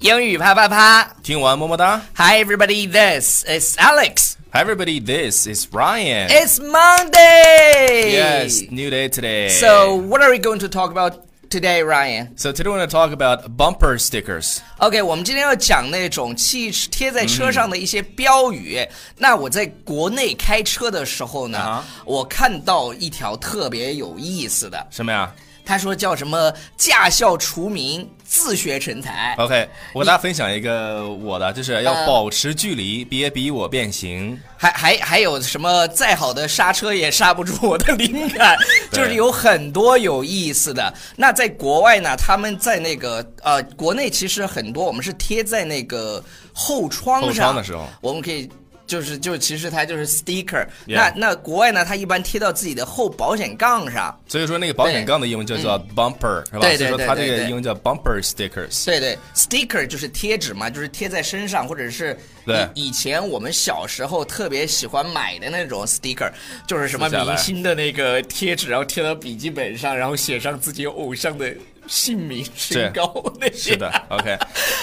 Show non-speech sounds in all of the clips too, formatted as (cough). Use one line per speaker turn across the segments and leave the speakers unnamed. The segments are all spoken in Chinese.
英语啪啪啪
听完么么哒。
！Hi everybody, this is Alex.
Hi everybody, this is Ryan.
It's Monday.
yes, new day today.
So what are we going to talk about today, Ryan?
so today we're going to talk about bumper stickers.
OK，我们今天要讲那种汽贴在车上的一些标语。那我在国内开车的时候呢
啊
我看到一条特别有意思的，
什么呀
他说叫什么“驾校除名，自学成才”
？OK，我给大家分享一个我的，就是要保持距离，别逼我变形。
还还还有什么再好的刹车也刹不住我的灵
(laughs)
感，
对
就是有很多有意思的。那在国外呢，他们在那个呃，国内其实很多我们是贴在那个后窗上
后窗的时候，
我们可以。就是就其实它就是 sticker，、
Yeah
那那国外呢，它一般贴到自己的后保险杠上，
所以说那个保险杠的英文就叫 bumper，、是吧？
嗯对对
所以说
对
它
对
这个
对
英文叫 bumper stickers。
对对，sticker 就是贴纸嘛，就是贴在身上，或者是
对
以以前我们小时候特别喜欢买的那种 sticker，就是什么
撕下来
明星的那个贴纸，然后贴到笔记本上，然后写上自己偶像的姓名、身高 (laughs) 那些。
是的
(laughs)
，OK。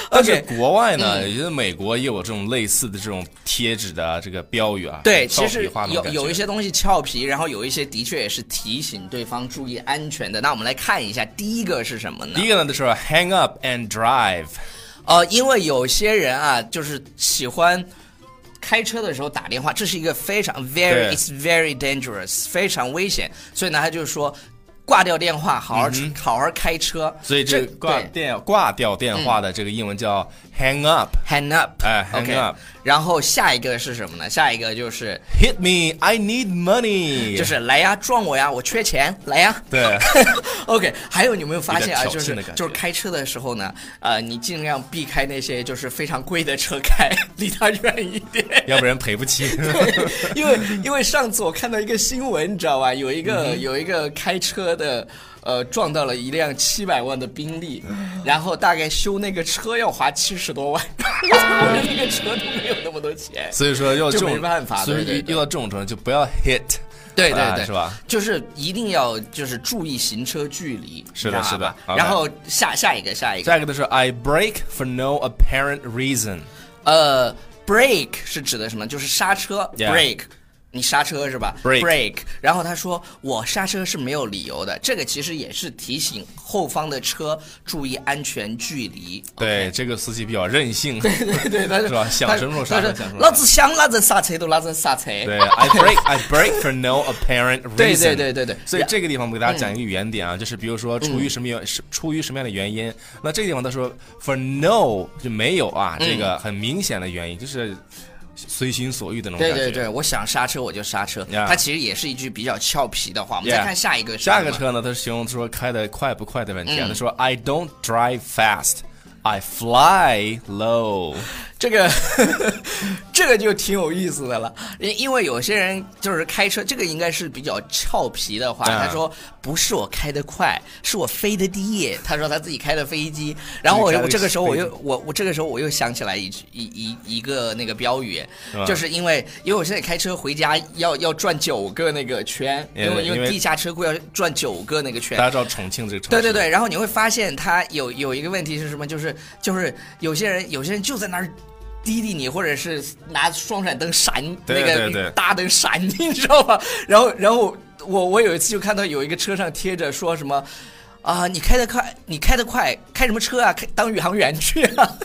但是国外
嗯
呢，也就是美国也有这种类似的这种贴纸的这个标语啊，
对，
俏
其
皮
实
话那种
有
感
有一
觉
些东西俏皮，然后有一些的确也是提醒对方注意安全的。那我们来看一下，第一个是什么呢
第？一个呢，就是 hang up and drive。
呃，因为有些人啊，就是喜欢开车的时候打电话，这是一个非常 very
对
it's very dangerous 非常危险，所以呢，他就说挂掉电话，好好、好好开车。
嗯所以这个挂
对嗯
电挂掉电话的这个英文叫 hang up。
hand up，
哎，hang
OK
up
然后下一个是什么呢？下一个就是、
Hit me, I need money。
就是来呀，撞我呀，我缺钱，来呀。
对
(laughs) OK，还有你有没有发现啊？
有
就
点挑
是
衅的感觉
就是开车的时候呢，呃，你尽量避开那些就是非常贵的车开， (laughs) 离它远一点。
要不然赔不
(laughs)
起。
因为因为上次我看到一个新闻，你知道吧？有一
嗯
个、有一个开车的，呃，撞到了一辆七百万的宾利，
嗯
然后大概修那个车要花七十多
(laughs)
万，我的那个车都没有那么多钱。
所以说要这
就
种
没办法
所以
对对
遇
对
遇到这种情况就不要 hit。
对对
啊
对，
是吧？
就是一定要就是注意行车距离，
是的
你知道吧
是的
然后下下一个下一个，
下一个就是 I break for no apparent reason。
呃，break 是指的什么？就是刹车
Yeah
break。你刹车是吧
Break
然后他说我刹车是没有理由的，这个其实也是提醒后方的车注意安全距离。
对，这个司机比较
(laughs)
任性。
对对，他说
是吧
他
想什么时候刹车
他说
想什么时候刹车
老子想拉着刹车都拉着刹车。
对，I break I break for no apparent
(laughs)
reason。
对对对对嗯对
所以这个地方我们给大家讲一个语言点啊，就是比如说出于什么
嗯
原是出于什么样的原因，那这个地方他说 for no 就没有啊，
嗯
这个很明显的原因就是随心所欲的那种
对
感觉。
对对，我想刹车我就刹车。
Yeah
它其实也是一句比较俏皮的话。我们再
Yeah
看下一个是什么，嗯
下一个车呢，他形容说开的快不快的问题啊，他说 I don't drive fast。I fly low，
这个 (laughs) 这个就挺有意思的了，因因为有些人就是开车，这个应该是比较俏皮的话。
啊
他说不是我开得快，是我飞得低。他说他自己开的飞机，然后我
自己开的
我这个时候我
飞
又我我这个时候我又想起来一句一一一个那个标语
吧，
就是因为因为我现在开车回家要要转九个那个圈，
因为
因为因
因
为
为
地下车库要转九个那个圈
大，家知道重庆这个城市，
对对对，然后你会发现他有有一个问题是什么？就是就是有些人有些人就在那儿。滴滴你，或者是拿双闪灯闪
对对
那个
对
大灯闪，你知道吧？然后，然后我我有一次就看到有一个车上贴着说什么啊、你开得快，你开得快，开什么车啊？开当宇航员去啊，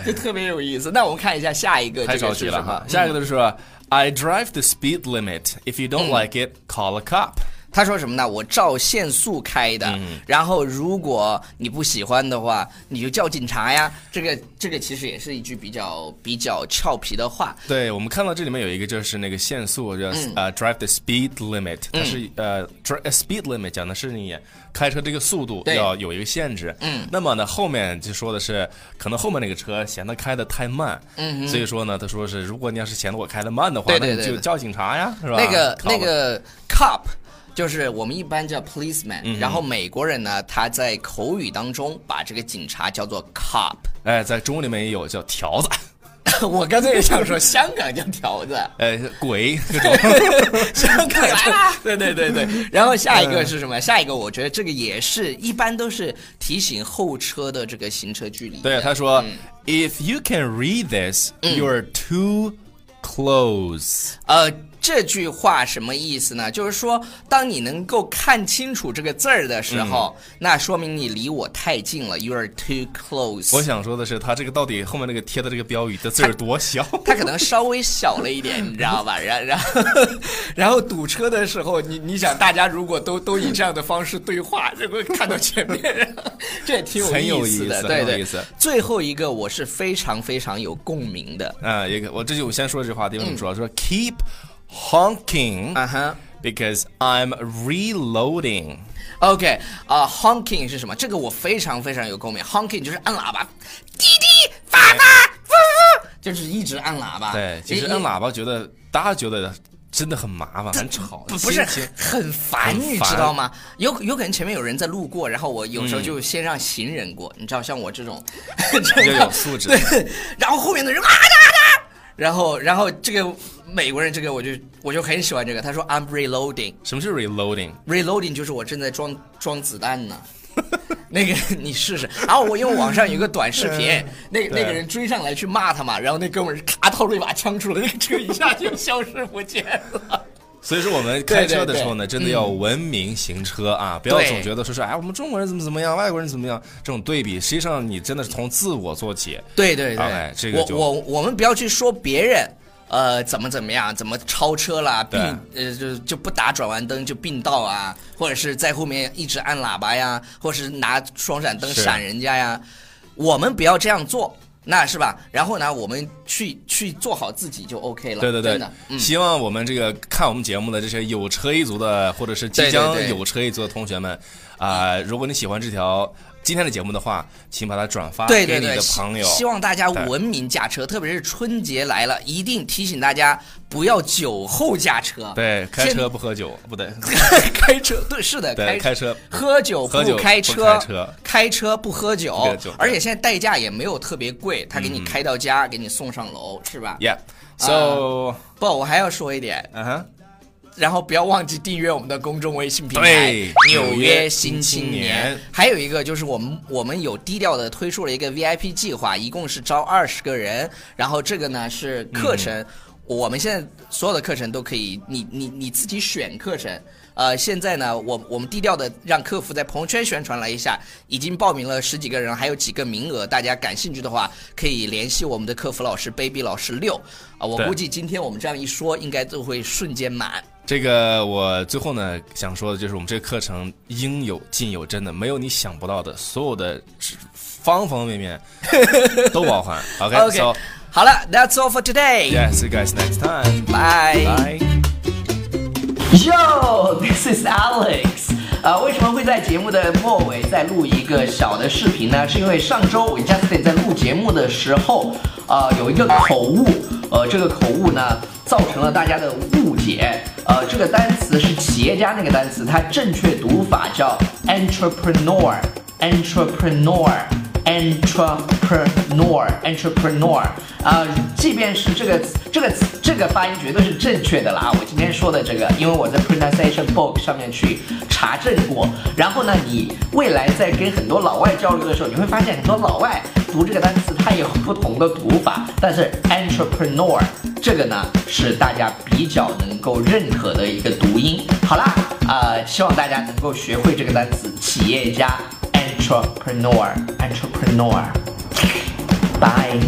(laughs) 就，特别有意思。那我们看一下下一个，
太
这
着
个是
急
什
了
么
哈。？下一个就是说 I drive the speed limit. If you
嗯
don't like it, call a cop.
他说什么呢？我照限速开的，然后如果你不喜欢的话，你就叫警察呀。这个这个其实也是一句比较比较俏皮的话。
对我们看到这里面有一个就是那个限速，叫
嗯
呃 drive the speed limit，它是呃 dri a speed limit 讲的是你开车这个速度
对
要有一个限制。嗯，那么呢后面就说的是可能后面那个车嫌他开的太慢，嗯，所以说呢他说是如果你要是嫌得我开的慢的话，
对
那
对
你
对
就
对
叫警察呀，是吧？
那个
靠
那
了
个 cop 就是我们一般叫 policeman，、然后美国人呢，他在口语当中把这个警察叫做 cop。
哎，在中文里面也有叫条子，
(laughs) 我刚才也想说，香港叫条 (laughs) 子，
呃，鬼，
香港来啦！ (laughs) 对对对对。然后下一个是什么？下一个我觉得这个也是一般都是提醒后车的这个行车距离。
对，他说、i
嗯
f you can read this, you're too close。
呃，这句话什么意思呢？就是说，当你能够看清楚这个字儿的时候，
嗯
那说明你离我太近了，you are too close。
我想说的是，他这个到底后面那个贴的这个标语的字儿
(laughs)
多小？
它可能稍微小了一
(laughs)
点，你知道吧？然 (laughs) 然后然后堵车的时候，你你想，大家如果都都以这样的方式对话，就会看到前面， (laughs) 这也挺
很有
意思
意
的，
思
对
很有
对
意思。
最后一个我是非常非常有共鸣的，
啊，也可我这就我先说这句话，第一么说说 keep honking
嗯啊哈。
because I'm reloading。
OK，啊、h o n k i n g 是什么？这个我非常非常有共鸣。honking 就是按喇叭，滴滴发发呜呜，就是一直按喇叭。
对，其实
因
摁喇叭觉得大家觉得真的很麻烦，很吵，
不不是
心情
很烦，
很
你
烦
知道吗？有有可能前面有人在路过，然后我有时候
嗯
就先让行人过，你知道，像我这种，这 (laughs)
就有素质
对，然后后面的人啊哒哒，然后然后这个美国人这个我就我就很喜欢这个，他说 I'm reloading。
什么是 reloading？
reloading 就是我正在装装子弹呢。 (laughs) 那个你试试，然后我因为网上有一个短视频，那那个人追上来去骂他嘛，然后那哥们儿咔掏出一把枪出来，那个车一下就消失不见了。
所以说我们开
对
车
嗯
的
对
时候呢，真的要文明行车啊，不要
对
总觉得说是哎我们中国人怎么怎么样，外国人怎么样这种对比，实际上你真的是从自我做起。
对对对
OK，这个
我
就
我我们不要去说别人，呃，怎么怎么样，怎么超车啦，并
对
呃就就不打转弯灯就并道啊，或者是在后面一直按喇叭呀，或是拿双闪灯
是
闪人家呀，我们不要这样做，那是吧？然后呢，我们去去做好自己就 OK 了。
对对
真
对
的，嗯。
希望我们这个看我们节目的这些有车一族的，或者是即
对
将
对对
有车一族的同学们，啊，如果你喜欢这条今天的节目的话，请把它转发
对
给
对
你
对，
的
希
朋友。
希望大家
对
文明驾车，特别是春节来了，一定提醒大家不要酒后驾车。
对，开
现
车不喝酒，不对，
(laughs) 开车，对，是的，
对，
车
开车
喝酒
喝酒
不开
不开车
开车不喝酒
喝酒嗯
而且现在代驾也没有特别贵，他给你开到家，给你送上楼，是吧？
，Yeah。So，
啊不，我还要说一点，
嗯哼，
然后不要忘记订阅我们的公众微信平台
对
《纽
纽
约
约
新
新
青
青
年》
年
还有一个就是我们我们有低调的推出了一个 VIP 计划，一共是招二十个人，然后这个呢是课程。
嗯
我们现在所有的课程都可以，你你你自己选课程。呃，现在呢，我我们低调的让客服在朋友圈宣传了一下，已经报名了十几个人，还有几个名额，大家感兴趣的话可以联系我们的客服老师 baby 老师六啊、我
对
估计今天我们这样一说，应该就会瞬间满。
这个我最后呢想说的就是，我们这个课程应有尽有，真的没有你想不到的，所有的方方面面都包含。
Okay.
OK，so
好了，That's all for today.
yeah, see you guys next time.
Bye.
Bye.
Yo, this is Alex. 啊、为什么会在节目的末尾再录一个小的视频呢？是因为上周我 Justin 在录节目的时候，呃，有一个口误，呃，这个口误呢造成了大家的误解。呃，这个单词是企业家那个单词，它正确读法叫 entrepreneur。entrepreneur entrepreneur entrepreneur 啊、即便是这个词这个词这个发音绝对是正确的啦。我今天说的这个，因为我在 pronunciation book 上面去查证过。然后呢，你未来在跟很多老外交流的时候，你会发现很多老外读这个单词，它有不同的读法。但是 entrepreneur 这个呢，是大家比较能够认可的一个读音。好啦，呃，希望大家能够学会这个单词，企业家 entrepreneur entrepreneur。Bye.